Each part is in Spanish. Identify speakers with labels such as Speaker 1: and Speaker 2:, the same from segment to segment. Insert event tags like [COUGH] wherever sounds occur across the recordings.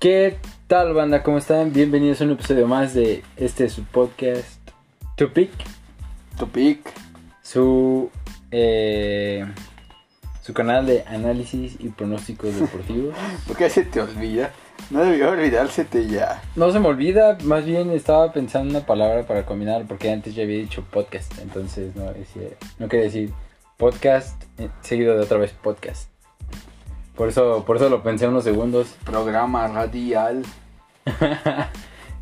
Speaker 1: ¿Qué tal, banda? ¿Cómo están? Bienvenidos a un episodio más de este su podcast Tupic.
Speaker 2: Topic.
Speaker 1: Su, eh, su canal de análisis y pronósticos deportivos.
Speaker 2: ¿Por qué se te olvida? No debió olvidársete ya.
Speaker 1: No se me olvida, más bien estaba pensando una palabra para combinar porque antes ya había dicho podcast, entonces no, decía- no quería decir podcast eh, seguido de otra vez podcast. Por eso, por eso lo pensé unos segundos.
Speaker 2: Programa radial.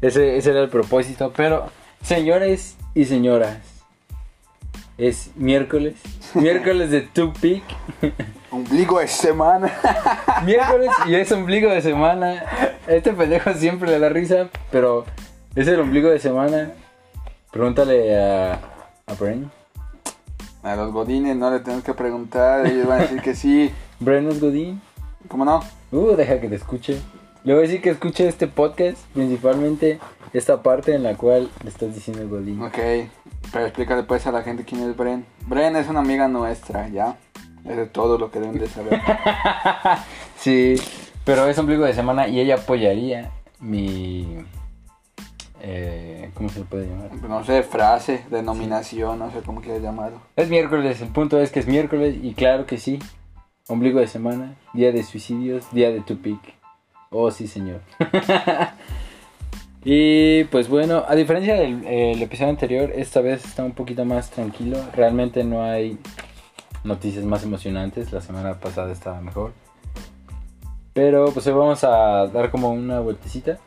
Speaker 1: Ese, ese era el propósito, pero señores y señoras, es miércoles, miércoles de Tupic,
Speaker 2: Ombligo de semana. [LAUGHS]
Speaker 1: miércoles y es ombligo de semana. Este pendejo siempre le da risa, pero es el ombligo de semana. Pregúntale a, a Bren.
Speaker 2: A los godines no le tenemos que preguntar. Ellos van a decir que sí.
Speaker 1: Bren es Godín.
Speaker 2: ¿Cómo no?
Speaker 1: Uh, deja que te escuche. Le voy a decir que escuche este podcast, principalmente esta parte en la cual le estás diciendo Godín.
Speaker 2: Ok. Pero explícale pues a la gente quién es Bren. Bren es una amiga nuestra, ¿ya? Es de todo lo que deben de saber. [LAUGHS]
Speaker 1: Sí, pero es ombligo de semana y ella apoyaría mi... eh, ¿Cómo se le puede llamar?
Speaker 2: No sé, frase, denominación, no sé cómo quieras llamarlo.
Speaker 1: Es miércoles, el punto es que es miércoles y claro que sí. Ombligo de semana, día de suicidios, día de Tupic. Oh, sí, señor. [LAUGHS] y pues bueno, a diferencia del eh, el episodio anterior, esta vez está un poquito más tranquilo. Realmente no hay noticias más emocionantes. La semana pasada estaba mejor. Pero pues hoy vamos a dar como una vueltecita.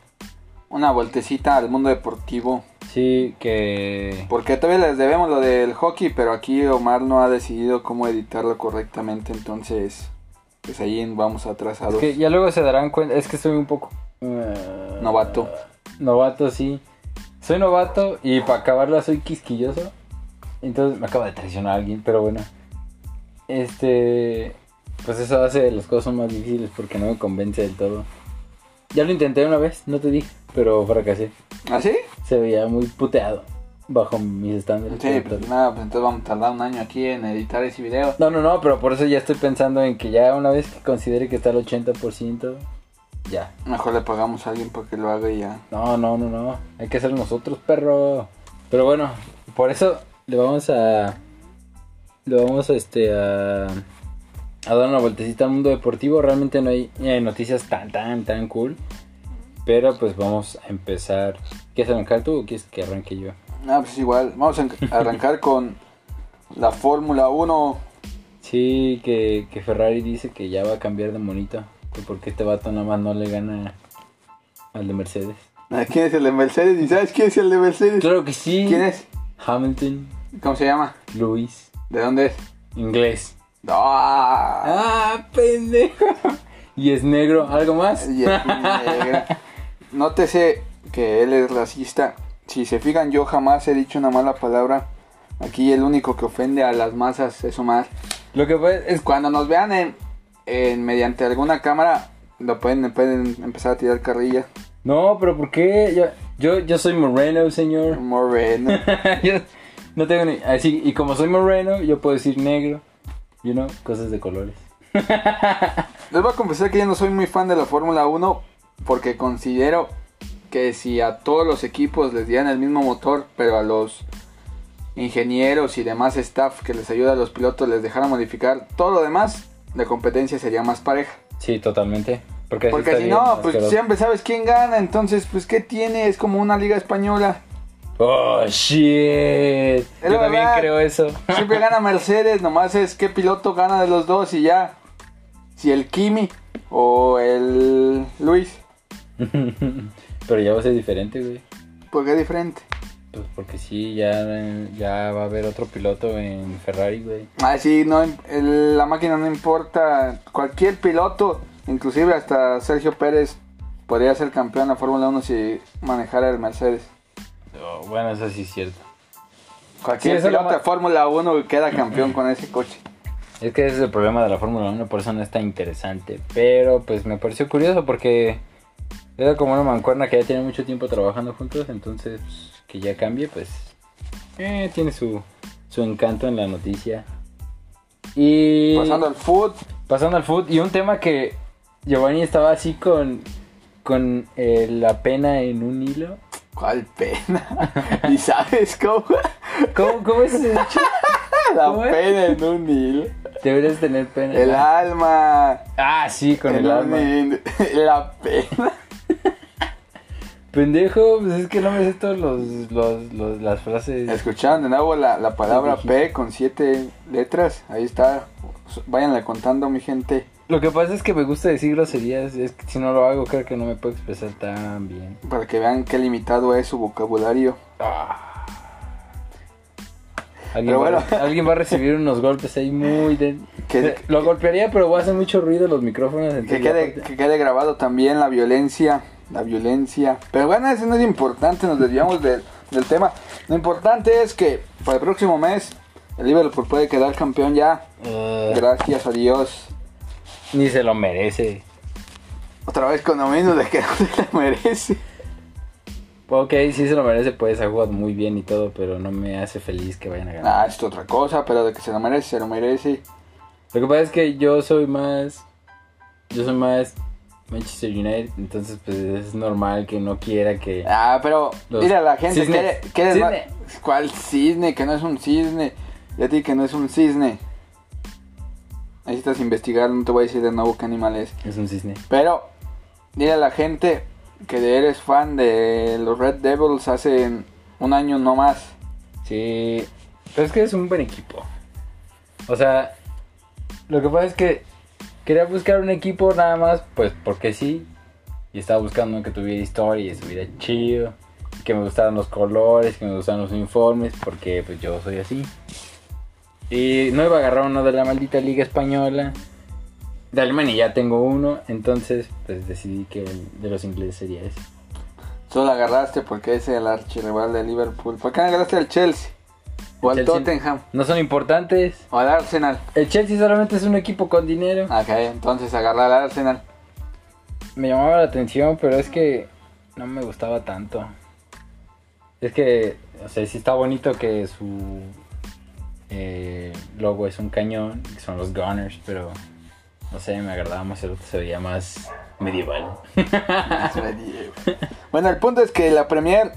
Speaker 2: Una vueltecita al mundo deportivo.
Speaker 1: Sí, que...
Speaker 2: Porque todavía les debemos lo del hockey, pero aquí Omar no ha decidido cómo editarlo correctamente, entonces pues ahí vamos atrasados.
Speaker 1: Es que ya luego se darán cuenta, es que soy un poco... eh,
Speaker 2: Novato.
Speaker 1: Novato, sí. Soy novato y para acabarla soy quisquilloso. Entonces me acaba de traicionar alguien, pero bueno. Este... Pues eso hace las cosas más difíciles porque no me convence del todo. Ya lo intenté una vez, no te dije, pero fracasé.
Speaker 2: ¿Ah, sí?
Speaker 1: Se veía muy puteado bajo mis estándares.
Speaker 2: Sí, pues nada, pues entonces vamos a tardar un año aquí en editar ese video.
Speaker 1: No, no, no, pero por eso ya estoy pensando en que ya una vez que considere que está al 80%, ya.
Speaker 2: Mejor le pagamos a alguien para que lo haga y ya.
Speaker 1: No, no, no, no. Hay que ser nosotros, perro. Pero bueno, por eso le vamos a. Le vamos a este a. a dar una vueltecita al mundo deportivo. Realmente no hay eh, noticias tan, tan, tan cool. Pero pues vamos a empezar. ¿Quieres arrancar tú o quieres que arranque yo?
Speaker 2: Ah, pues igual, vamos a en- arrancar con la Fórmula 1.
Speaker 1: Sí, que, que Ferrari dice que ya va a cambiar de monito. Que porque este vato nada más no le gana al de Mercedes.
Speaker 2: Ah, ¿Quién es el de Mercedes? ¿Y sabes quién es el de Mercedes?
Speaker 1: Claro que sí.
Speaker 2: ¿Quién es?
Speaker 1: Hamilton,
Speaker 2: ¿Cómo se llama?
Speaker 1: Lewis,
Speaker 2: ¿De dónde es?
Speaker 1: inglés.
Speaker 2: ¡Ah!
Speaker 1: Ah, pendejo. Y es negro, ¿algo más? [LAUGHS]
Speaker 2: Y es negra. Nótese que él es racista. Si se fijan, yo jamás he dicho una mala palabra. Aquí el único que ofende a las masas es Omar.
Speaker 1: Lo que fue es
Speaker 2: Cuando nos vean en, en- mediante alguna cámara, lo pueden, pueden empezar a tirar carrilla.
Speaker 1: No, pero ¿por qué? Yo, yo, yo soy moreno, señor. [LAUGHS]
Speaker 2: Moreno.
Speaker 1: Yo no tengo ni... Así, y como soy moreno, yo puedo decir negro. You know, cosas de colores.
Speaker 2: Les voy a confesar que yo no soy muy fan de la Fórmula 1 porque considero que si a todos los equipos les dieran el mismo motor, pero a los ingenieros y demás staff que les ayuda a los pilotos les dejaran modificar todo lo demás, la competencia sería más pareja.
Speaker 1: Sí, totalmente. Porque, así
Speaker 2: Porque
Speaker 1: está
Speaker 2: si
Speaker 1: bien
Speaker 2: no, pues
Speaker 1: asqueroso.
Speaker 2: siempre sabes quién gana, entonces pues qué tiene, es como una liga española.
Speaker 1: Oh, shit.
Speaker 2: la
Speaker 1: Yo también
Speaker 2: verdad.
Speaker 1: creo eso. [LAUGHS]
Speaker 2: Siempre gana Mercedes, nomás es qué piloto gana de los dos y ya. Si el Kimi o el Luis,
Speaker 1: pero ya va a ser diferente, güey.
Speaker 2: porque es diferente.
Speaker 1: Pues porque sí, ya, ya va a haber otro piloto en Ferrari, güey.
Speaker 2: Ah, sí, no, im- el- la máquina no importa. Cualquier piloto, inclusive hasta Sergio Pérez, podría ser campeón en la Fórmula 1 si manejara el Mercedes.
Speaker 1: Oh, bueno, eso sí es cierto.
Speaker 2: Cualquier
Speaker 1: eso es lo
Speaker 2: piloto de
Speaker 1: ma-
Speaker 2: Fórmula 1 queda campeón con ese coche.
Speaker 1: Es que ese es el problema de la Fórmula 1, por eso no es tan interesante. Pero pues me pareció curioso porque era como una mancuerna que ya tiene mucho tiempo trabajando juntos, entonces pues, que ya cambie, pues eh, tiene su, su encanto en la noticia. Y
Speaker 2: Pasando al foot,
Speaker 1: pasando al foot, y un tema que Giovanni estaba así con, con eh, la pena en un hilo.
Speaker 2: ¿Cuál
Speaker 1: [LAUGHS]
Speaker 2: pena? ¿Y sabes cómo?
Speaker 1: ¿Cómo, cómo es ese
Speaker 2: [LAUGHS]
Speaker 1: dicho?
Speaker 2: La
Speaker 1: ¿Cómo es?
Speaker 2: pena en un hilo.
Speaker 1: Deberías tener pena.
Speaker 2: El alma.
Speaker 1: Ah, sí, con el,
Speaker 2: en
Speaker 1: alma.
Speaker 2: un hilo. [LAUGHS] La pena.
Speaker 1: Pendejo, pues es que no me sé todos los, los, los- las frases.
Speaker 2: Escucharon de nuevo la, la palabra
Speaker 1: Sí,
Speaker 2: P con siete letras. Ahí está. Váyanla contando, mi gente.
Speaker 1: Lo que pasa es que me gusta decir groserías, es que si no lo hago creo que no me puedo expresar tan bien.
Speaker 2: Para que vean qué limitado es su vocabulario.
Speaker 1: Ah. ¿Alguien,
Speaker 2: Pero
Speaker 1: va,
Speaker 2: bueno. [LAUGHS]
Speaker 1: alguien va a recibir unos golpes ahí muy... De...
Speaker 2: Que-
Speaker 1: lo golpearía, pero va a hacer mucho ruido los micrófonos.
Speaker 2: Que
Speaker 1: entonces la
Speaker 2: quede,
Speaker 1: parte-
Speaker 2: que quede grabado también la violencia. La violencia. Pero bueno, eso no es importante. Nos desviamos del- del tema. Lo importante es que para el próximo mes el Liverpool puede quedar campeón ya. Eh.
Speaker 1: Ah,
Speaker 2: Gracias a Dios.
Speaker 1: ni se lo merece.
Speaker 2: Otra vez con lo mismo de que no se la merece.
Speaker 1: Ok, sí se lo merece, pues ha jugado muy bien y todo, pero no me hace feliz que vayan a ganar.
Speaker 2: Ah, esto es otra cosa, pero de que se lo merece, se lo merece.
Speaker 1: Lo que pasa es que yo soy más. Yo soy más Manchester United, entonces pues es normal que no quiera que.
Speaker 2: Ah, pero
Speaker 1: Los
Speaker 2: mira, la gente
Speaker 1: cisnes.
Speaker 2: quiere, quiere
Speaker 1: Cisne.
Speaker 2: más- ¿Cuál cisne? Que no es un cisne. Ya te dije que no es un cisne. Necesitas investigar, no te voy a decir de nuevo qué animal es.
Speaker 1: Es un cisne.
Speaker 2: Pero, dile a la gente que eres fan de los Red Devils hace un año no más.
Speaker 1: Sí. Pero es que es un buen equipo. O sea, lo que pasa es que quería buscar un equipo nada más, pues porque sí. Y estaba buscando uno que tuviera historia y estuviera chido. y Que me gustaran los colores, que me gustaran los uniformes, porque pues yo soy así. Y no iba a agarrar uno de la maldita liga española. De Alemania ya tengo uno, entonces pues decidí que el de los ingleses sería ese.
Speaker 2: Solo agarraste porque es el archirrival de Liverpool. ¿Por qué no agarraste al Chelsea? O al
Speaker 1: Chelsea-
Speaker 2: Tottenham.
Speaker 1: No son importantes.
Speaker 2: O al Arsenal.
Speaker 1: El Chelsea solamente es un equipo con dinero.
Speaker 2: Ok, entonces agarra al Arsenal.
Speaker 1: me llamaba la atención, pero es que no me gustaba tanto. Es que, o sea, sí está bonito que su eh, logo es un cañón, que son los Gunners, pero no sé, me agradaba más el otro, se veía más medieval.
Speaker 2: [LAUGHS] bueno, el punto es que la Premier,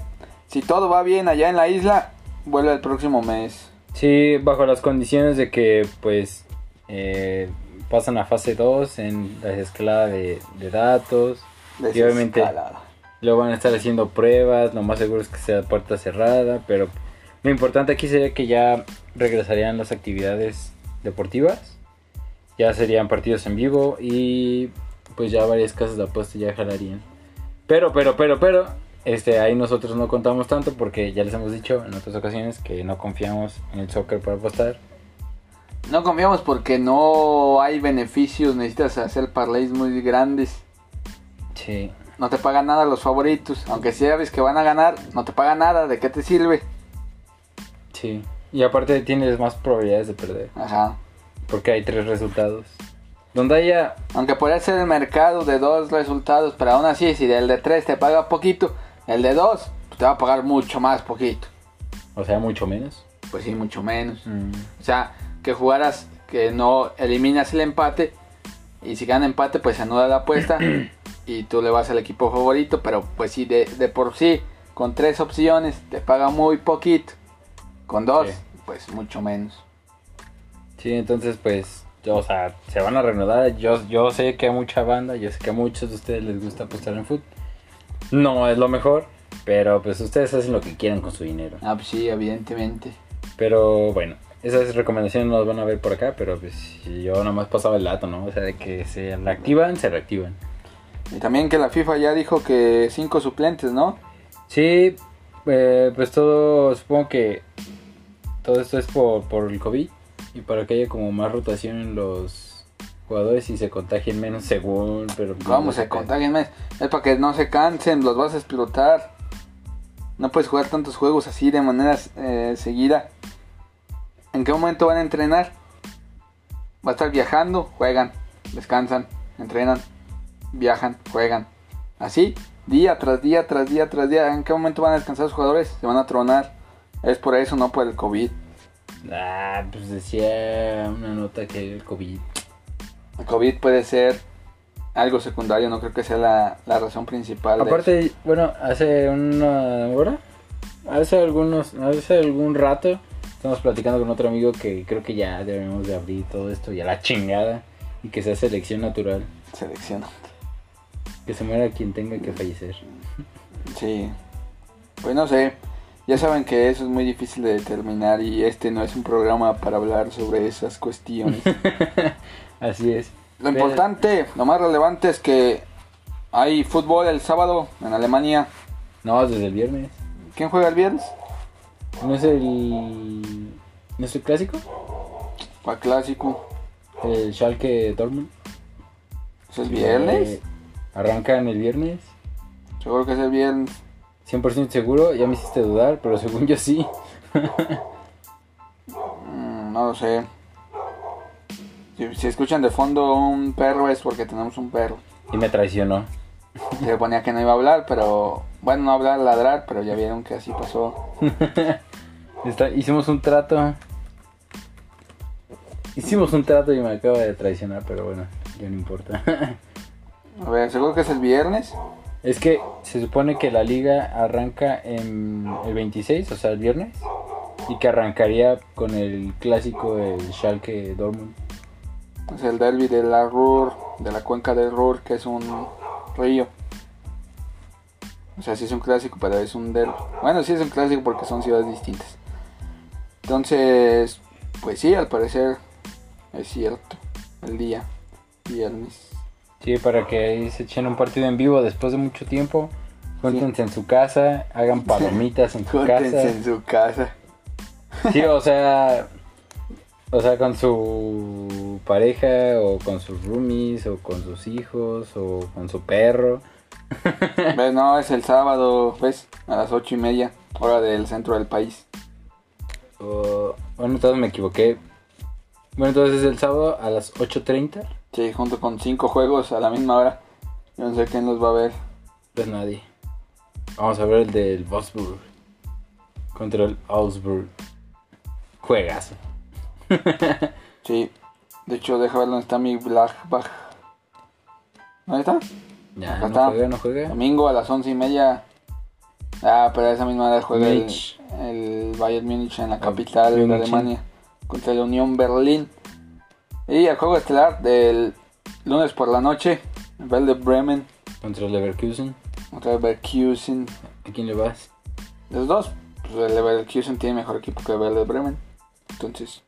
Speaker 2: si todo va bien allá en la isla, vuelve el próximo mes.
Speaker 1: Sí, bajo las condiciones de que, pues, eh, pasan a fase 2 en la escalada de, de datos. Y obviamente-
Speaker 2: Desescalada.
Speaker 1: Luego van a estar haciendo pruebas, lo más seguro es que sea puerta cerrada, pero lo importante aquí sería que ya regresarían las actividades deportivas, ya serían partidos en vivo y pues ya varias casas de apuesta ya jalarían. Pero, pero, pero, pero, este, ahí nosotros no contamos tanto porque ya les hemos dicho en otras ocasiones que no confiamos en el soccer para apostar.
Speaker 2: No confiamos porque no hay beneficios, necesitas hacer parlays muy grandes.
Speaker 1: Sí.
Speaker 2: No te pagan nada los favoritos, aunque si sabes que van a ganar, no te pagan nada, ¿de qué te sirve?
Speaker 1: Sí. Y aparte tienes más probabilidades de perder
Speaker 2: Ajá.
Speaker 1: porque hay tres resultados. Donde haya
Speaker 2: Aunque podría ser el mercado de dos resultados, pero aún así, si el de tres te paga poquito, el de dos pues, te va a pagar mucho más poquito.
Speaker 1: O sea, mucho menos.
Speaker 2: Pues sí, mucho menos. O sea, que jugaras, que no eliminas el empate. Y si gana empate, pues se anula la apuesta. y tú le vas al equipo favorito. Pero pues sí, de, de por sí, con tres opciones, te paga muy poquito. Con dos,
Speaker 1: Sí.
Speaker 2: pues mucho menos.
Speaker 1: Sí, entonces pues, yo, o sea, se van a reanudar. Yo, yo sé que a mucha banda, yo sé que a muchos de ustedes les gusta apostar en fútbol. No es lo mejor, pero pues ustedes hacen lo que quieran con su dinero.
Speaker 2: Ah, pues sí, evidentemente.
Speaker 1: Pero bueno, esas recomendaciones no las van a ver por acá, pero pues yo nada más pasaba el dato, ¿no? O sea, de que se reactivan, se reactivan.
Speaker 2: Y también que la FIFA ya dijo que cinco suplentes, ¿no?
Speaker 1: Sí, eh, pues todo, supongo que todo esto es por, por el COVID y para que haya como más rotación en los jugadores y se contagien menos según, pero... pues, no
Speaker 2: Vamos,
Speaker 1: sé
Speaker 2: se
Speaker 1: qué.
Speaker 2: contagien más. Es para que no se cansen, los vas a explotar. No puedes jugar tantos juegos así de manera eh, seguida. ¿En qué momento van a entrenar? Va a estar viajando, juegan, descansan, entrenan, viajan, juegan. Así, día tras día, tras día, tras día. ¿En qué momento van a descansar los jugadores? Se van a tronar. Es por eso, no por el COVID.
Speaker 1: Ah, pues decía una nota que el COVID...
Speaker 2: El COVID puede ser algo secundario, no creo que sea la, la razón principal. de eso.
Speaker 1: Aparte, bueno, hace una hora, hace algunos, hace algún rato, estamos platicando con otro amigo que creo que ya deberíamos de abrir todo esto y a la chingada y que sea selección natural,
Speaker 2: selecciona.
Speaker 1: que se muera quien tenga que fallecer.
Speaker 2: Sí. Pues no sé. Ya saben que eso es muy difícil de determinar y este no es un programa para hablar sobre esas cuestiones.
Speaker 1: Así es.
Speaker 2: Lo importante, lo más relevante es que hay fútbol el sábado en Alemania.
Speaker 1: No, desde el viernes.
Speaker 2: ¿Quién juega el viernes?
Speaker 1: ¿No es el, no es el clásico?
Speaker 2: ¿Cuál clásico?
Speaker 1: El Schalke Dortmund.
Speaker 2: ¿Es el viernes?
Speaker 1: Eh, arrancan el viernes.
Speaker 2: Seguro que es el viernes.
Speaker 1: 100% seguro, ya me hiciste dudar, pero según yo sí.
Speaker 2: Mm, no lo sé. Si, si escuchan de fondo un perro es porque tenemos un perro.
Speaker 1: Y me traicionó.
Speaker 2: Se ponía que no iba a hablar, pero... Bueno, no hablar, ladrar, pero ya vieron que así pasó.
Speaker 1: Está- hicimos un trato. Hicimos un trato y me acaba de traicionar, pero bueno, ya no importa. [LAUGHS]
Speaker 2: A ver, seguro que es el viernes.
Speaker 1: es que se supone que la liga arranca en el 26, o sea, el viernes. Y que arrancaría con el clásico, el Schalke Dortmund.
Speaker 2: Es el derby de la Ruhr, de la cuenca del Ruhr, que es un río. O sea, sí es un clásico, pero es un derby. Bueno, sí es un clásico porque son ciudades distintas. Entonces, pues sí, al parecer es cierto. El día, viernes.
Speaker 1: Sí, para que ahí se echen un partido en vivo después de mucho tiempo. Cuéntense en su casa, hagan palomitas en su
Speaker 2: Júntense
Speaker 1: casa.
Speaker 2: en su [LAUGHS] casa.
Speaker 1: Sí, o sea, o sea, con su pareja o con sus roomies o con sus hijos o con su perro.
Speaker 2: Ves, no, es el sábado, ¿ves? A las ocho y media, hora del centro del país.
Speaker 1: O, bueno, entonces me equivoqué. Bueno, entonces es el sábado a las 8.30.
Speaker 2: Sí, junto con cinco juegos a la misma hora. Yo no sé quién los va a ver.
Speaker 1: Pues nadie. Vamos a ver el del Wolfsburg contra el Augsburg. Juegazo. [LAUGHS]
Speaker 2: Sí. De hecho, deja ver dónde está mi Blackback. ¿Dónde está?
Speaker 1: Ya, no
Speaker 2: Acá está.
Speaker 1: juega, no juega.
Speaker 2: Domingo a las once y media. Ah, pero a esa misma hora juega el,
Speaker 1: Múnich.
Speaker 2: el Bayern Múnich en la capital de
Speaker 1: Múnich.
Speaker 2: Alemania. Contra la Unión Berlín. Y el juego estelar del lunes por la noche. El Bell de Bremen
Speaker 1: Contra el Leverkusen.
Speaker 2: contra el Leverkusen.
Speaker 1: ¿A quién le vas?
Speaker 2: Los dos. Pues el Leverkusen tiene mejor equipo que el Bell de Bremen. Entonces.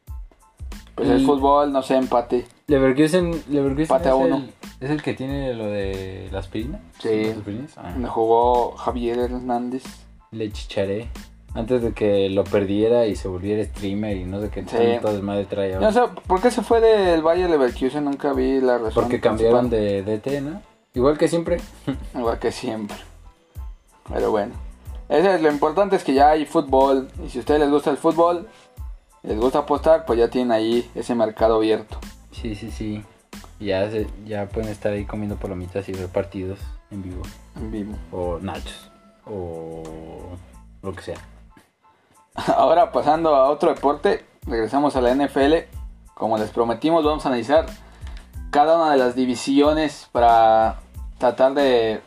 Speaker 2: Pues
Speaker 1: Y-
Speaker 2: el fútbol, no sé, empate.
Speaker 1: Leverkusen, Leverkusen
Speaker 2: Empate a
Speaker 1: es,
Speaker 2: uno.
Speaker 1: El, es el que tiene lo de la aspirina.
Speaker 2: Sí.
Speaker 1: ¿Las aspirinas? Ah.
Speaker 2: Donde jugó Javier Hernández.
Speaker 1: Le chicharé antes de que lo perdiera y se volviera streamer y no sé qué
Speaker 2: Sí.
Speaker 1: tanto desmadre trae
Speaker 2: Yo
Speaker 1: ahora.
Speaker 2: no sé, ¿por qué se fue del Bayer Leverkusen? Nunca vi la razón.
Speaker 1: Porque cambiaron de DT, ¿no? Igual que siempre.
Speaker 2: principal. Igual que siempre. Pero bueno. Eso es, lo importante es que ya hay fútbol. Y si a ustedes les gusta el fútbol, les gusta apostar, pues ya tienen ahí ese mercado abierto.
Speaker 1: Sí, sí, sí. Ya, se- ya pueden estar ahí comiendo palomitas y ver partidos en vivo.
Speaker 2: En vivo. [LAUGHS]
Speaker 1: O nachos. O lo que sea.
Speaker 2: Ahora pasando a otro deporte, regresamos a la NFL. Como les prometimos, vamos a analizar cada una de las divisiones para tratar de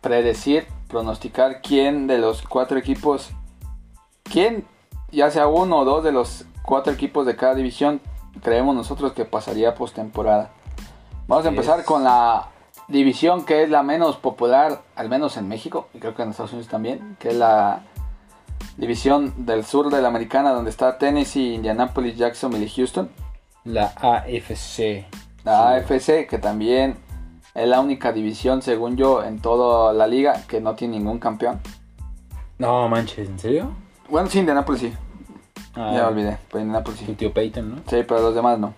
Speaker 2: predecir, pronosticar quién de los cuatro equipos, quién, ya sea uno o dos de los cuatro equipos de cada división, creemos nosotros que pasaría postemporada. Vamos a
Speaker 1: Así
Speaker 2: empezar
Speaker 1: es.
Speaker 2: con la división que es la menos popular, al menos en México, y creo que en Estados Unidos también, que es la división del sur de la americana, donde está Tennessee, Indianapolis, Jacksonville y Houston.
Speaker 1: La AFC.
Speaker 2: La
Speaker 1: Sí.
Speaker 2: AFC, que también es la única división, según yo, en toda la liga que no tiene ningún campeón.
Speaker 1: No manches, ¿en serio?
Speaker 2: Bueno, sí, Indianapolis sí.
Speaker 1: Ah,
Speaker 2: Ya me olvidé, pero Indianapolis
Speaker 1: Tu
Speaker 2: sí.
Speaker 1: tío Peyton, ¿no?
Speaker 2: Sí, pero los demás no.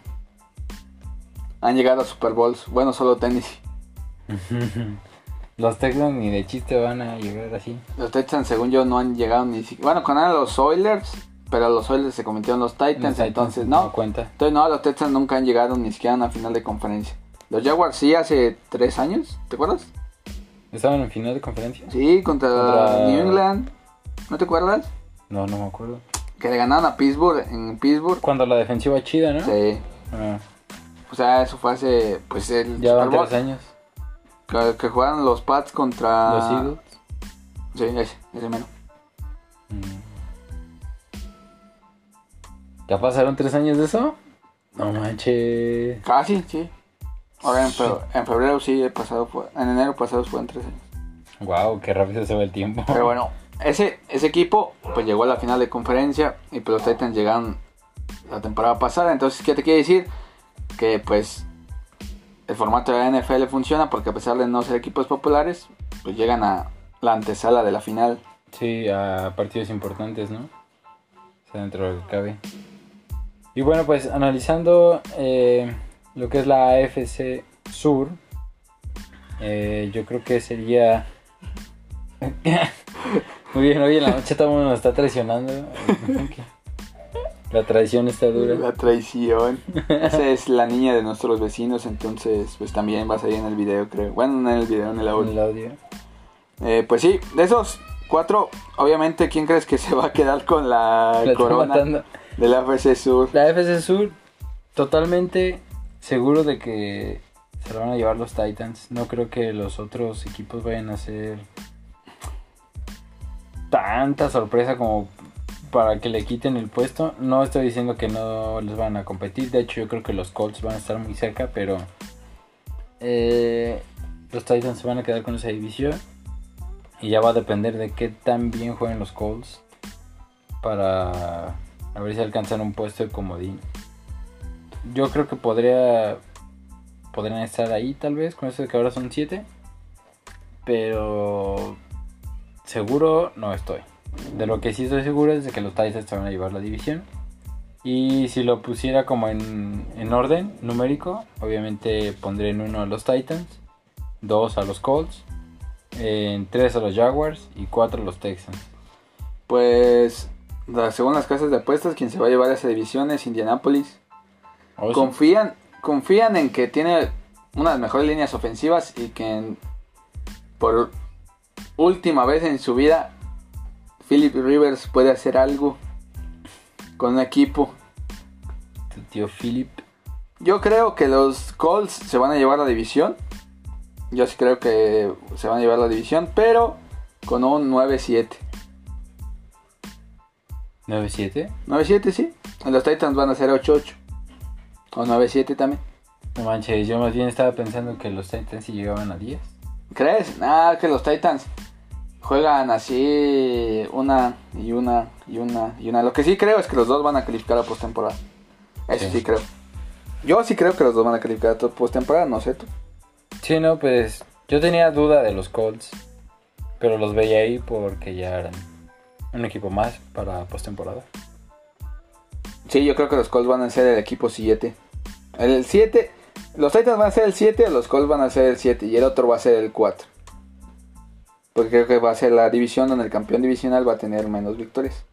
Speaker 2: Han llegado a Super Bowls. Bueno, solo Tennessee.
Speaker 1: [LAUGHS] Los Texans ni de chiste van a llegar así.
Speaker 2: Los Texans, según yo, no han llegado ni siquiera. Bueno, con eran los Oilers, pero los Oilers se convirtieron en los Titans,
Speaker 1: Los Titans
Speaker 2: entonces no.
Speaker 1: No cuenta.
Speaker 2: Entonces no, los Texans nunca han llegado ni siquiera a una final de conferencia. Los Jaguars sí hace tres años, ¿te acuerdas?
Speaker 1: ¿Estaban en final de conferencia?
Speaker 2: Sí, contra,
Speaker 1: Contra-
Speaker 2: New England. ¿No te acuerdas?
Speaker 1: No, no me acuerdo.
Speaker 2: Que le ganaron a Pittsburgh en Pittsburgh.
Speaker 1: Cuando la defensiva chida, ¿no?
Speaker 2: Sí.
Speaker 1: Ah,
Speaker 2: O sea, eso fue hace, pues, el
Speaker 1: ya
Speaker 2: Super
Speaker 1: van
Speaker 2: Bowl.
Speaker 1: tres años.
Speaker 2: Que, que jugaron los Pats contra.
Speaker 1: Los Eagles.
Speaker 2: Sí, ese, ese menos.
Speaker 1: Mm. ¿Ya pasaron tres años de eso? No manches.
Speaker 2: Casi, Ah, sí. Ahora en, fe- en febrero sí, el pasado fue, en enero pasado fue en tres años.
Speaker 1: Wow, qué rápido se va el tiempo.
Speaker 2: Pero bueno, ese, ese equipo pues llegó a la final de conferencia y pues los Titans llegaron la temporada pasada. Entonces, ¿qué te quiere decir? Que pues el formato de la NFL funciona porque a pesar de no ser equipos populares, pues llegan a la antesala de la final.
Speaker 1: Sí, a partidos importantes, ¿no? O sea, dentro de lo que cabe. Y bueno, pues analizando eh, lo que es la AFC Sur, eh, yo creo que sería... [LAUGHS] Muy bien, hoy en la noche todo el mundo nos está
Speaker 2: [LAUGHS]
Speaker 1: traicionando. La traición está dura.
Speaker 2: La traición. Esa es la niña de nuestros vecinos, entonces pues también vas ahí en el video, creo. Bueno, no en el video, en el audio.
Speaker 1: El audio.
Speaker 2: Eh, pues sí, de esos cuatro, obviamente, ¿quién crees que [LAUGHS] se va a quedar con la,
Speaker 1: La está
Speaker 2: corona
Speaker 1: matando.
Speaker 2: de la FC Sur?
Speaker 1: Pues, La FC Sur, totalmente seguro de que se la van a llevar los Titans. No creo que los otros equipos vayan a hacer tanta sorpresa como para que le quiten el puesto. No estoy diciendo que no les van a competir. De hecho, yo creo que los Colts van a estar muy cerca, pero eh, los Titans se van a quedar con esa división. Y ya va a depender de qué tan bien jueguen los Colts para a ver si alcanzan un puesto de comodín. Yo creo que podría podrían estar ahí tal vez con eso de que ahora son 7, pero seguro no estoy. De lo que sí estoy seguro es de que los Titans se van a llevar la división. Y si lo pusiera como en, en orden numérico, obviamente pondré en uno a los Titans, dos a los Colts, en tres a los Jaguars y cuatro a los Texans.
Speaker 2: Pues, la- según las casas de apuestas, quien se va a llevar a esa división es Indianapolis.
Speaker 1: O sea,
Speaker 2: Confían, confían en que tiene una de las mejores líneas ofensivas y que en- por última vez en su vida, Philip Rivers puede hacer algo con un equipo.
Speaker 1: tu tío Philip
Speaker 2: Yo creo que los Colts se van a llevar la división. Yo sí creo que se van a llevar la división, pero con un 9-7.
Speaker 1: 9-7.
Speaker 2: 9-7, sí. Los Titans van a ser 8-8. O 9-7 también.
Speaker 1: No manches, yo más bien estaba pensando que los Titans sí llegaban a 10.
Speaker 2: ¿Crees? Nada, que los Titans juegan así una y una y una y una. Lo que sí creo es que los dos van a calificar a postemporada. Eso
Speaker 1: Sí.
Speaker 2: sí creo. Yo sí creo que los dos van a calificar a to- postemporada, no sé tú.
Speaker 1: Sí, no, pues yo tenía duda de los Colts, pero los veía ahí porque ya eran un equipo más para postemporada.
Speaker 2: Sí, yo creo que los Colts van a ser el equipo 7. El 7, los Titans van a ser el 7, los Colts van a ser el 7 y el otro va a ser el 4. Porque creo que va a ser la división donde el campeón divisional va a tener menos victorias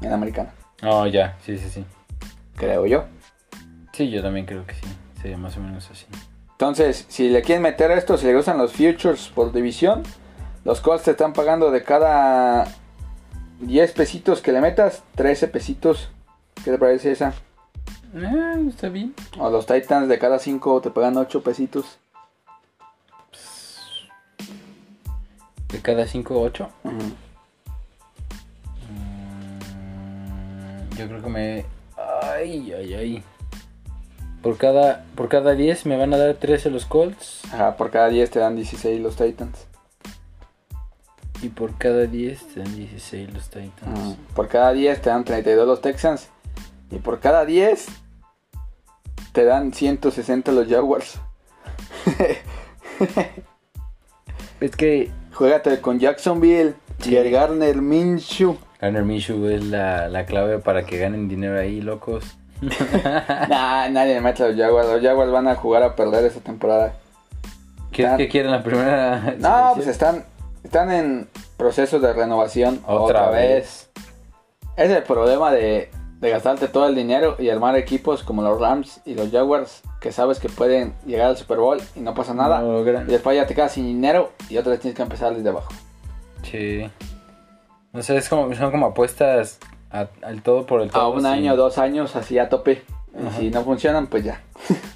Speaker 2: en la americana,
Speaker 1: Oh, ya, sí, sí, sí.
Speaker 2: creo yo.
Speaker 1: Sí, yo también creo que sí. Sería más o menos así.
Speaker 2: Entonces, si le quieren meter esto, si le gustan los futures por división, los Colts te están pagando de cada 10 pesitos que le metas, 13 pesitos. ¿Qué te parece esa?
Speaker 1: Ah, está bien.
Speaker 2: O los Titans de cada 5 te pagan 8 pesitos.
Speaker 1: De cada 5, 8.
Speaker 2: Ujú.
Speaker 1: Mm, Yo creo que me. Ay, ay, ay. Por cada, por cada 10 me van a dar 13 los Colts.
Speaker 2: Ajá, por cada 10 te dan 16 los Titans.
Speaker 1: Y por cada 10 te dan 16 los Titans.
Speaker 2: Ujú. Por cada 10 te dan 32 los Texans. Y por cada 10 te dan 160 los Jaguars.
Speaker 1: Es que
Speaker 2: Juégate con Jacksonville, Pierre Garner, Minshew.
Speaker 1: Garner Minshew es la, la clave para que ganen dinero ahí, locos.
Speaker 2: Nah, nadie le mete a los Jaguars. Los Jaguars van a jugar a perder esta temporada.
Speaker 1: ¿Qué,
Speaker 2: Tan-
Speaker 1: qué quieren la primera?
Speaker 2: [LAUGHS]
Speaker 1: selección?
Speaker 2: No, pues están, están en proceso de renovación
Speaker 1: Otra
Speaker 2: otra, vez. Es el problema de, de gastarte todo el dinero y armar equipos como los Rams y los Jaguars que sabes que pueden llegar al Super Bowl y no pasa nada.
Speaker 1: No
Speaker 2: Y
Speaker 1: logran.
Speaker 2: después ya te quedas sin dinero y otra vez tienes que empezar desde abajo.
Speaker 1: Sí. No sé, es como, son como apuestas a- al todo por el todo.
Speaker 2: A un
Speaker 1: sí.
Speaker 2: año, dos años, así a tope. Y
Speaker 1: Ajá.
Speaker 2: si no funcionan, pues ya,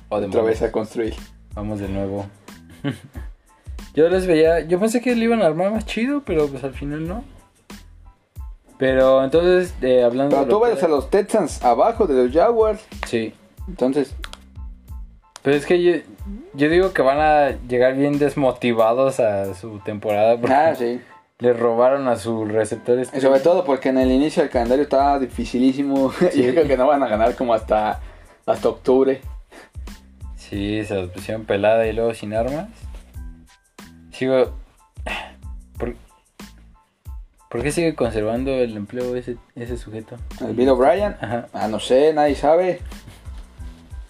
Speaker 1: O de
Speaker 2: otra
Speaker 1: modo.
Speaker 2: vez a construir.
Speaker 1: Vamos de nuevo. [LAUGHS] Yo les veía, yo pensé que le iban a armar más chido, pero pues al final no. Pero entonces, eh, hablando
Speaker 2: Pero
Speaker 1: de. lo
Speaker 2: tú
Speaker 1: que-
Speaker 2: ves a los Texans abajo de los Jaguars.
Speaker 1: Sí. [LAUGHS]
Speaker 2: Entonces,
Speaker 1: Pero es que yo, yo digo que van a llegar bien desmotivados a su temporada porque
Speaker 2: ah, sí.
Speaker 1: le robaron a su receptor. este.
Speaker 2: Y
Speaker 1: estrella.
Speaker 2: sobre todo porque en el inicio del calendario estaba dificilísimo. [LAUGHS]
Speaker 1: Sí.
Speaker 2: Yo creo que no van a ganar como hasta, hasta octubre.
Speaker 1: Sí, se los pusieron pelada y luego sin armas. Sigo. [SIGHS] ¿Por, ¿por qué sigue conservando el empleo ese, ese sujeto?
Speaker 2: El Bill O'Brien.
Speaker 1: Ajá,
Speaker 2: Ah, no sé, nadie sabe.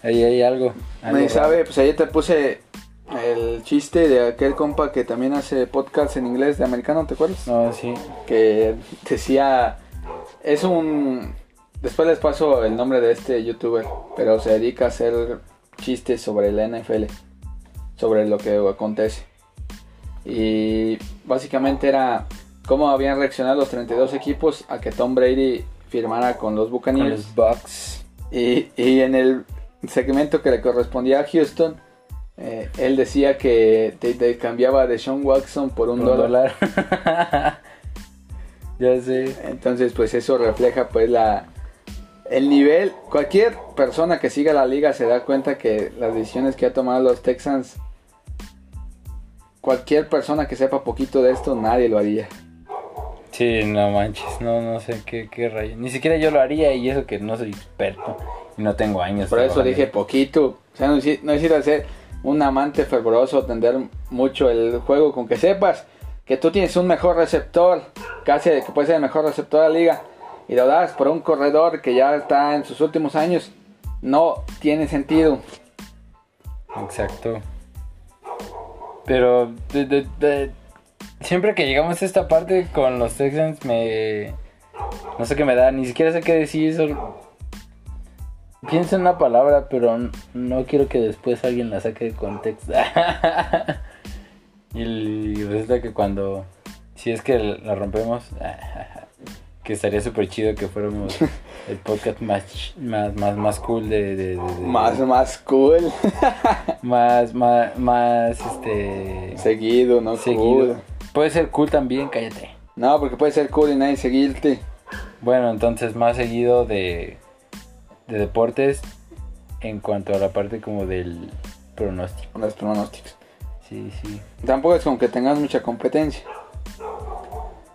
Speaker 1: ahí hay algo. algo
Speaker 2: Nadie
Speaker 1: raro.
Speaker 2: sabe. Pues ayer te puse el chiste de aquel compa que también hace podcast en inglés de americano, ¿te acuerdas?
Speaker 1: No, sí.
Speaker 2: que decía es un después les paso el nombre de este youtuber pero se dedica a hacer chistes sobre la NFL sobre lo que acontece y básicamente era cómo habían reaccionado los 32 equipos a que Tom Brady firmara con los
Speaker 1: Con
Speaker 2: Buccaneers
Speaker 1: los Bucks.
Speaker 2: y, y en el segmento que le correspondía a Houston eh, él decía que te, te cambiaba de Sean Watson por un
Speaker 1: Un
Speaker 2: dólar
Speaker 1: dólar. [LAUGHS] ya sé.
Speaker 2: Entonces, pues eso refleja pues la el nivel. Cualquier persona que siga la liga se da cuenta que las decisiones que ha tomado los Texans cualquier persona que sepa poquito de esto nadie lo haría.
Speaker 1: Sí, no manches. No, no sé qué, qué rayo. Ni siquiera yo lo haría y eso que no soy experto. Y no tengo años.
Speaker 2: Por eso
Speaker 1: trabajando.
Speaker 2: dije poquito. O sea, no, hici- no hiciera ser un amante fervoroso, atender mucho el juego con que sepas que tú tienes un mejor receptor, casi que puede ser el mejor receptor de la liga, y lo das por un corredor que ya está en sus últimos años. No tiene sentido.
Speaker 1: Exacto. Pero de- de- de- siempre que llegamos a esta parte con los Texans me... No sé qué me da, ni siquiera sé qué decir. solo- Pienso en una palabra, pero n- no quiero que después alguien la saque de contexto. y l- [LAUGHS] y resulta que cuando... Si es que la rompemos... [LAUGHS] que estaría súper chido que fuéramos el podcast más, ch- más, más, más cool de... de- de- de-
Speaker 2: Más, más cool. [LAUGHS]
Speaker 1: más, más, más, este...
Speaker 2: Seguido, no
Speaker 1: seguido.
Speaker 2: cool.
Speaker 1: Puede ser cool también, cállate.
Speaker 2: No, porque puede ser cool y nadie seguirte.
Speaker 1: Bueno, entonces más seguido de, de deportes en cuanto a la parte como del pronóstico.
Speaker 2: Los pronósticos.
Speaker 1: Sí, sí.
Speaker 2: Tampoco es como que tengas mucha competencia.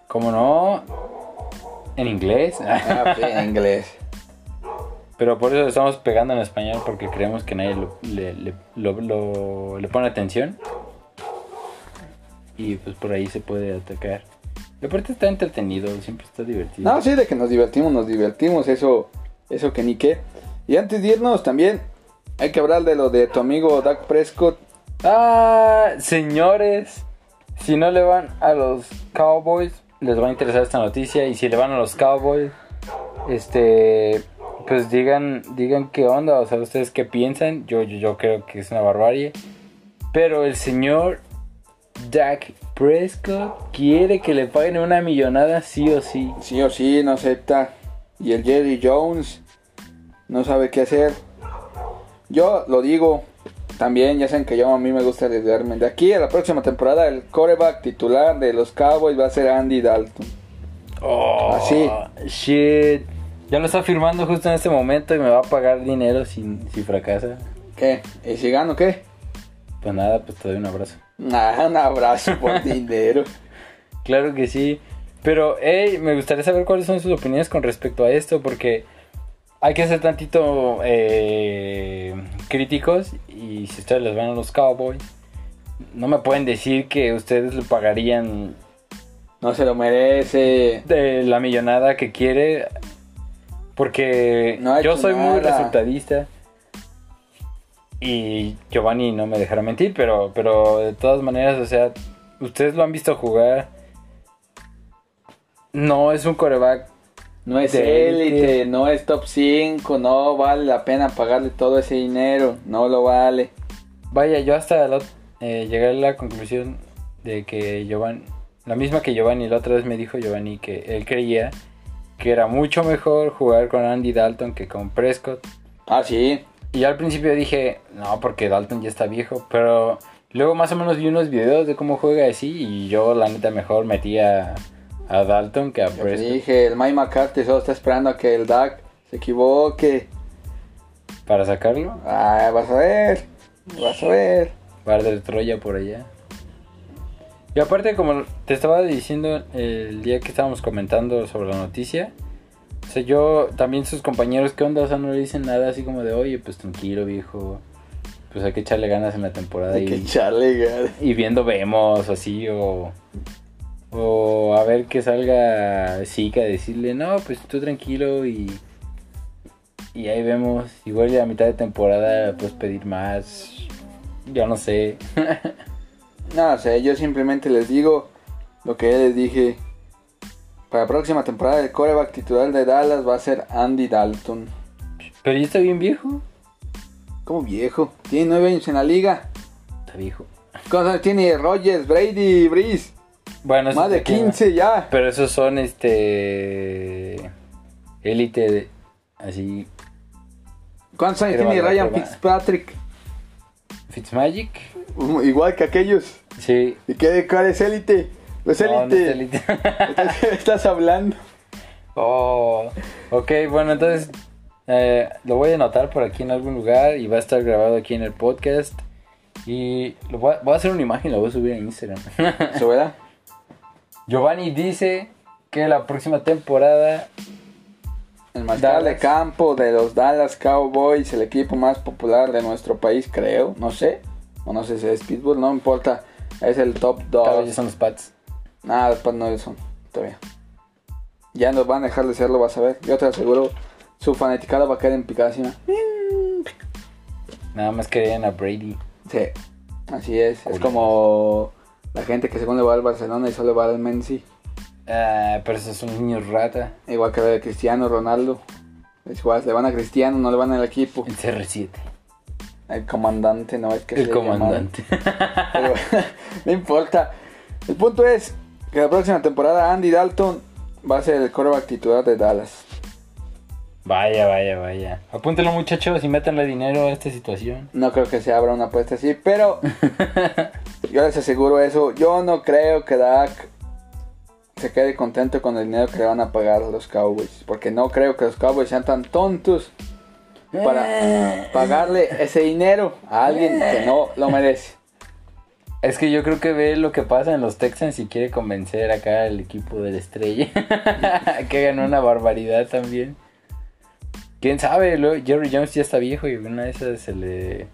Speaker 1: Como no, en inglés. [LAUGHS]
Speaker 2: Ah, sí, en inglés.
Speaker 1: Pero por eso estamos pegando en español porque creemos que nadie lo- le, le- lo- lo- le pone atención. Y pues por ahí se puede atacar. Y aparte está entretenido, siempre está divertido.
Speaker 2: [LAUGHS] No, sí, de que nos divertimos, nos divertimos, eso, eso que ni qué. Y antes de irnos también, hay que hablar de lo de tu amigo Doug Prescott.
Speaker 1: Ah, señores, si no le van a los Cowboys, les va a interesar esta noticia. Y si le van a los Cowboys, este, pues digan, digan qué onda, o sea, ustedes qué piensan. Yo, yo, yo creo que es una barbarie. Pero el señor Dak Prescott quiere que le paguen una millonada sí o sí.
Speaker 2: Sí o sí, no acepta. Y el Jerry Jones no sabe qué hacer. Yo lo digo también, ya saben que yo a mí me gusta arriesgarme. De aquí a la próxima temporada, el coreback titular de los Cowboys va a ser Andy Dalton.
Speaker 1: Oh,
Speaker 2: Así.
Speaker 1: shit. Ya lo está firmando justo en este momento y me va a pagar dinero si, si fracasa.
Speaker 2: ¿Qué? ¿Y si gano qué?
Speaker 1: Pues nada, pues te doy un abrazo.
Speaker 2: Nah, un abrazo por dinero.
Speaker 1: Claro que sí. Pero, hey, me gustaría saber cuáles son sus opiniones con respecto a esto, porque hay que ser tantito eh, críticos. Y si ustedes les van a los Cowboys, no me pueden decir que ustedes le pagarían
Speaker 2: No se lo merece.
Speaker 1: de la millonada que quiere, porque
Speaker 2: No ha
Speaker 1: yo
Speaker 2: hecho
Speaker 1: soy muy
Speaker 2: nada.
Speaker 1: resultadista. Y Giovanni no me dejará mentir, pero, pero de todas maneras, o sea, ustedes lo han visto jugar. No es un coreback.
Speaker 2: No es
Speaker 1: de élite.
Speaker 2: élite, no es top 5, no vale la pena pagarle todo ese dinero, no lo vale.
Speaker 1: Vaya, yo hasta la ot- eh, llegué a la conclusión de que Giovanni, la misma que Giovanni, la otra vez me dijo Giovanni que él creía que era mucho mejor jugar con Andy Dalton que con Prescott.
Speaker 2: Ah, sí,
Speaker 1: Y yo al principio dije, no, porque Dalton ya está viejo, pero Luego más o menos vi unos videos de cómo juega así y yo la neta mejor metí a, a Dalton que a
Speaker 2: Yo te
Speaker 1: Prescott
Speaker 2: dije, el Mike McCarthy solo está esperando a que el Dak se equivoque.
Speaker 1: para sacarlo.
Speaker 2: Ah, vas a ver. Vas a ver.
Speaker 1: Bar de Troya por allá. Y aparte, como te estaba diciendo el día que estábamos comentando sobre la noticia, o sea, yo también sus compañeros, ¿qué onda? O sea, no le dicen nada así como de, oye, pues tranquilo, viejo. Pues hay que echarle ganas en la temporada
Speaker 2: Hay que
Speaker 1: y,
Speaker 2: echarle ganas.
Speaker 1: y viendo vemos, así, o, o a ver que salga Zika a decirle, no, pues tú tranquilo y, y ahí vemos. Igual y a mitad de temporada, pues pedir más. Yo no sé.
Speaker 2: No, o sea, yo simplemente les digo lo que ya les dije. Para la próxima temporada, el coreback titular de Dallas va a ser Andy Dalton.
Speaker 1: Pero ya está bien viejo.
Speaker 2: Como viejo. Tiene nueve años en la liga.
Speaker 1: Está viejo.
Speaker 2: ¿Cuántos años tiene Rogers, Brady, Breeze?
Speaker 1: Bueno, eso
Speaker 2: Más
Speaker 1: es
Speaker 2: de 15 ya.
Speaker 1: Pero esos son este. Élite. de- Así.
Speaker 2: ¿Cuántos años
Speaker 1: Pero
Speaker 2: tiene
Speaker 1: vale la
Speaker 2: Ryan
Speaker 1: pena.
Speaker 2: Fitzpatrick?
Speaker 1: Fitzmagic.
Speaker 2: Um, Igual que aquellos.
Speaker 1: Sí.
Speaker 2: ¿Y qué de cuál es élite? No es
Speaker 1: No, no es
Speaker 2: élite.
Speaker 1: élite.
Speaker 2: [LAUGHS] estás, estás hablando.
Speaker 1: oh. Ok, bueno, entonces. eh, lo voy a anotar por aquí en algún lugar y va a estar grabado aquí en el podcast. Y lo voy, a, voy a hacer una imagen y la voy a subir a Instagram. [LAUGHS]
Speaker 2: Eso, ¿verdad?
Speaker 1: Giovanni dice que la próxima temporada
Speaker 2: El mariscal de
Speaker 1: Dallas.
Speaker 2: campo de los Dallas Cowboys, el equipo más popular de nuestro país, creo. No sé. O no sé si es Pittsburgh, no importa. Es el top
Speaker 1: tal vez ya
Speaker 2: 2.
Speaker 1: son los Pats.
Speaker 2: Nada, después no son. Todavía. Ya nos van a dejar de serlo, vas a ver. Yo te aseguro, su fanaticada va a caer en picada. ¿sí, no?
Speaker 1: Nada más querían a Brady.
Speaker 2: Sí, así es. Es
Speaker 1: Curioso.
Speaker 2: como la gente que según le va al Barcelona y solo va al Messi.
Speaker 1: Ah, pero esos son niños rata.
Speaker 2: Igual que la de Cristiano Ronaldo. Es igual, le van a Cristiano, no le van al equipo.
Speaker 1: El CR7.
Speaker 2: El comandante, no es que
Speaker 1: El
Speaker 2: se llama.
Speaker 1: comandante.
Speaker 2: [LAUGHS]
Speaker 1: [LAUGHS]
Speaker 2: Pero, no importa. El punto es que la próxima temporada Andy Dalton va a ser el coreback titular de Dallas.
Speaker 1: Vaya, vaya, vaya. Apúntenlo muchachos y métanle dinero a esta situación.
Speaker 2: No creo que se abra una apuesta así,
Speaker 1: [LAUGHS]
Speaker 2: pero yo les aseguro eso. Yo no creo que Dak se quede contento con el dinero que le van a pagar los Cowboys. Porque no creo que los Cowboys sean tan tontos
Speaker 1: Eh.
Speaker 2: para pagarle ese dinero a alguien que no lo merece.
Speaker 1: Es que yo creo que ve lo que pasa en los Texans y quiere convencer acá al equipo de la estrella. [LAUGHS] que ganó una barbaridad también. Quién sabe, Luego Jerry Jones ya está viejo y una de esas se le,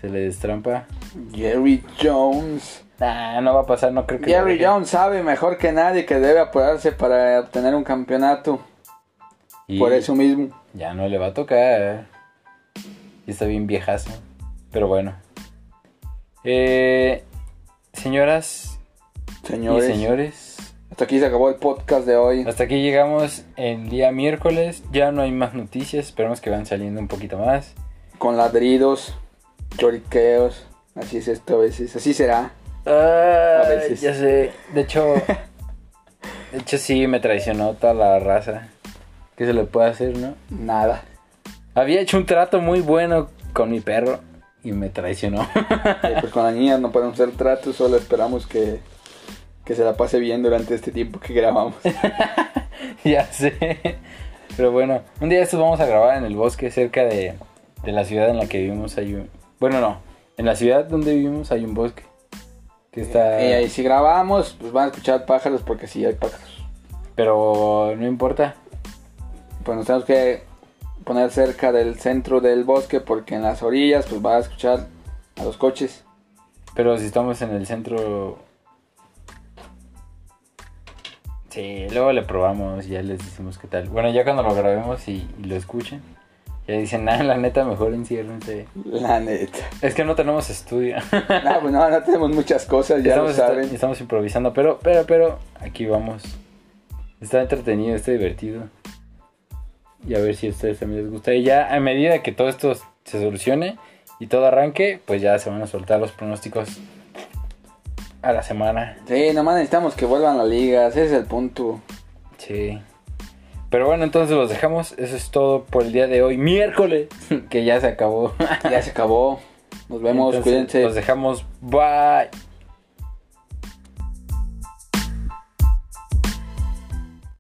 Speaker 1: se le destrampa.
Speaker 2: Jerry Jones.
Speaker 1: Nah, no va a pasar, no creo que. lo
Speaker 2: Jerry
Speaker 1: deje.
Speaker 2: Jones sabe mejor que nadie que debe apurarse para obtener un campeonato.
Speaker 1: Y
Speaker 2: Por eso mismo.
Speaker 1: Ya no le va a tocar. Y Está bien viejazo. Pero bueno. Eh, señoras
Speaker 2: Señores,
Speaker 1: y señores.
Speaker 2: hasta aquí se acabó el podcast de hoy.
Speaker 1: Hasta aquí llegamos el día miércoles. Ya no hay más noticias. Esperemos que van saliendo un poquito más.
Speaker 2: Con ladridos, lloriqueos. Así es esto a veces. Así será. A veces.
Speaker 1: Ya sé. De [LAUGHS] hecho. de hecho sí me traicionó toda la raza. ¿Qué se le puede hacer, no?
Speaker 2: Nada.
Speaker 1: Había hecho un trato muy bueno con mi perro. Y me traicionó. [LAUGHS]
Speaker 2: Eh, pues con la niña no podemos hacer tratos, solo esperamos que, que se la pase bien durante este tiempo que grabamos.
Speaker 1: Ya sé. Pero bueno, un día estos vamos a grabar en el bosque cerca de, de la ciudad en la que vivimos. Hay un, bueno, no. En la ciudad donde vivimos hay un bosque. Que está...
Speaker 2: Eh, y si grabamos, pues van a escuchar pájaros porque sí hay pájaros.
Speaker 1: Pero no importa.
Speaker 2: Pues nos tenemos que poner cerca del centro del bosque porque en las orillas pues va a escuchar a los coches.
Speaker 1: Pero si estamos en el centro... Sí, luego le probamos y ya les decimos qué tal. Bueno, ya cuando lo grabemos y, y lo escuchen, ya dicen, nada, la neta, mejor enciérrense.
Speaker 2: La neta.
Speaker 1: Es que no tenemos estudio.
Speaker 2: [LAUGHS]
Speaker 1: [LAUGHS]
Speaker 2: No, pues no, no tenemos muchas cosas, ya lo
Speaker 1: estamos,
Speaker 2: saben.
Speaker 1: estamos improvisando, pero, pero, pero, aquí vamos. Está entretenido, está divertido. Y a ver si a ustedes también les gusta. Y ya a medida que todo esto se solucione y todo arranque, pues ya se van a soltar los pronósticos a la semana.
Speaker 2: Sí, nomás necesitamos que vuelvan las ligas, ese es el punto.
Speaker 1: Sí. Pero bueno, entonces los dejamos. Eso es todo por el día de hoy, miércoles, que ya se acabó.
Speaker 2: Ya se acabó.
Speaker 3: Nos vemos,
Speaker 1: Entonces, pues,
Speaker 3: cuídense.
Speaker 1: Los dejamos. Bye.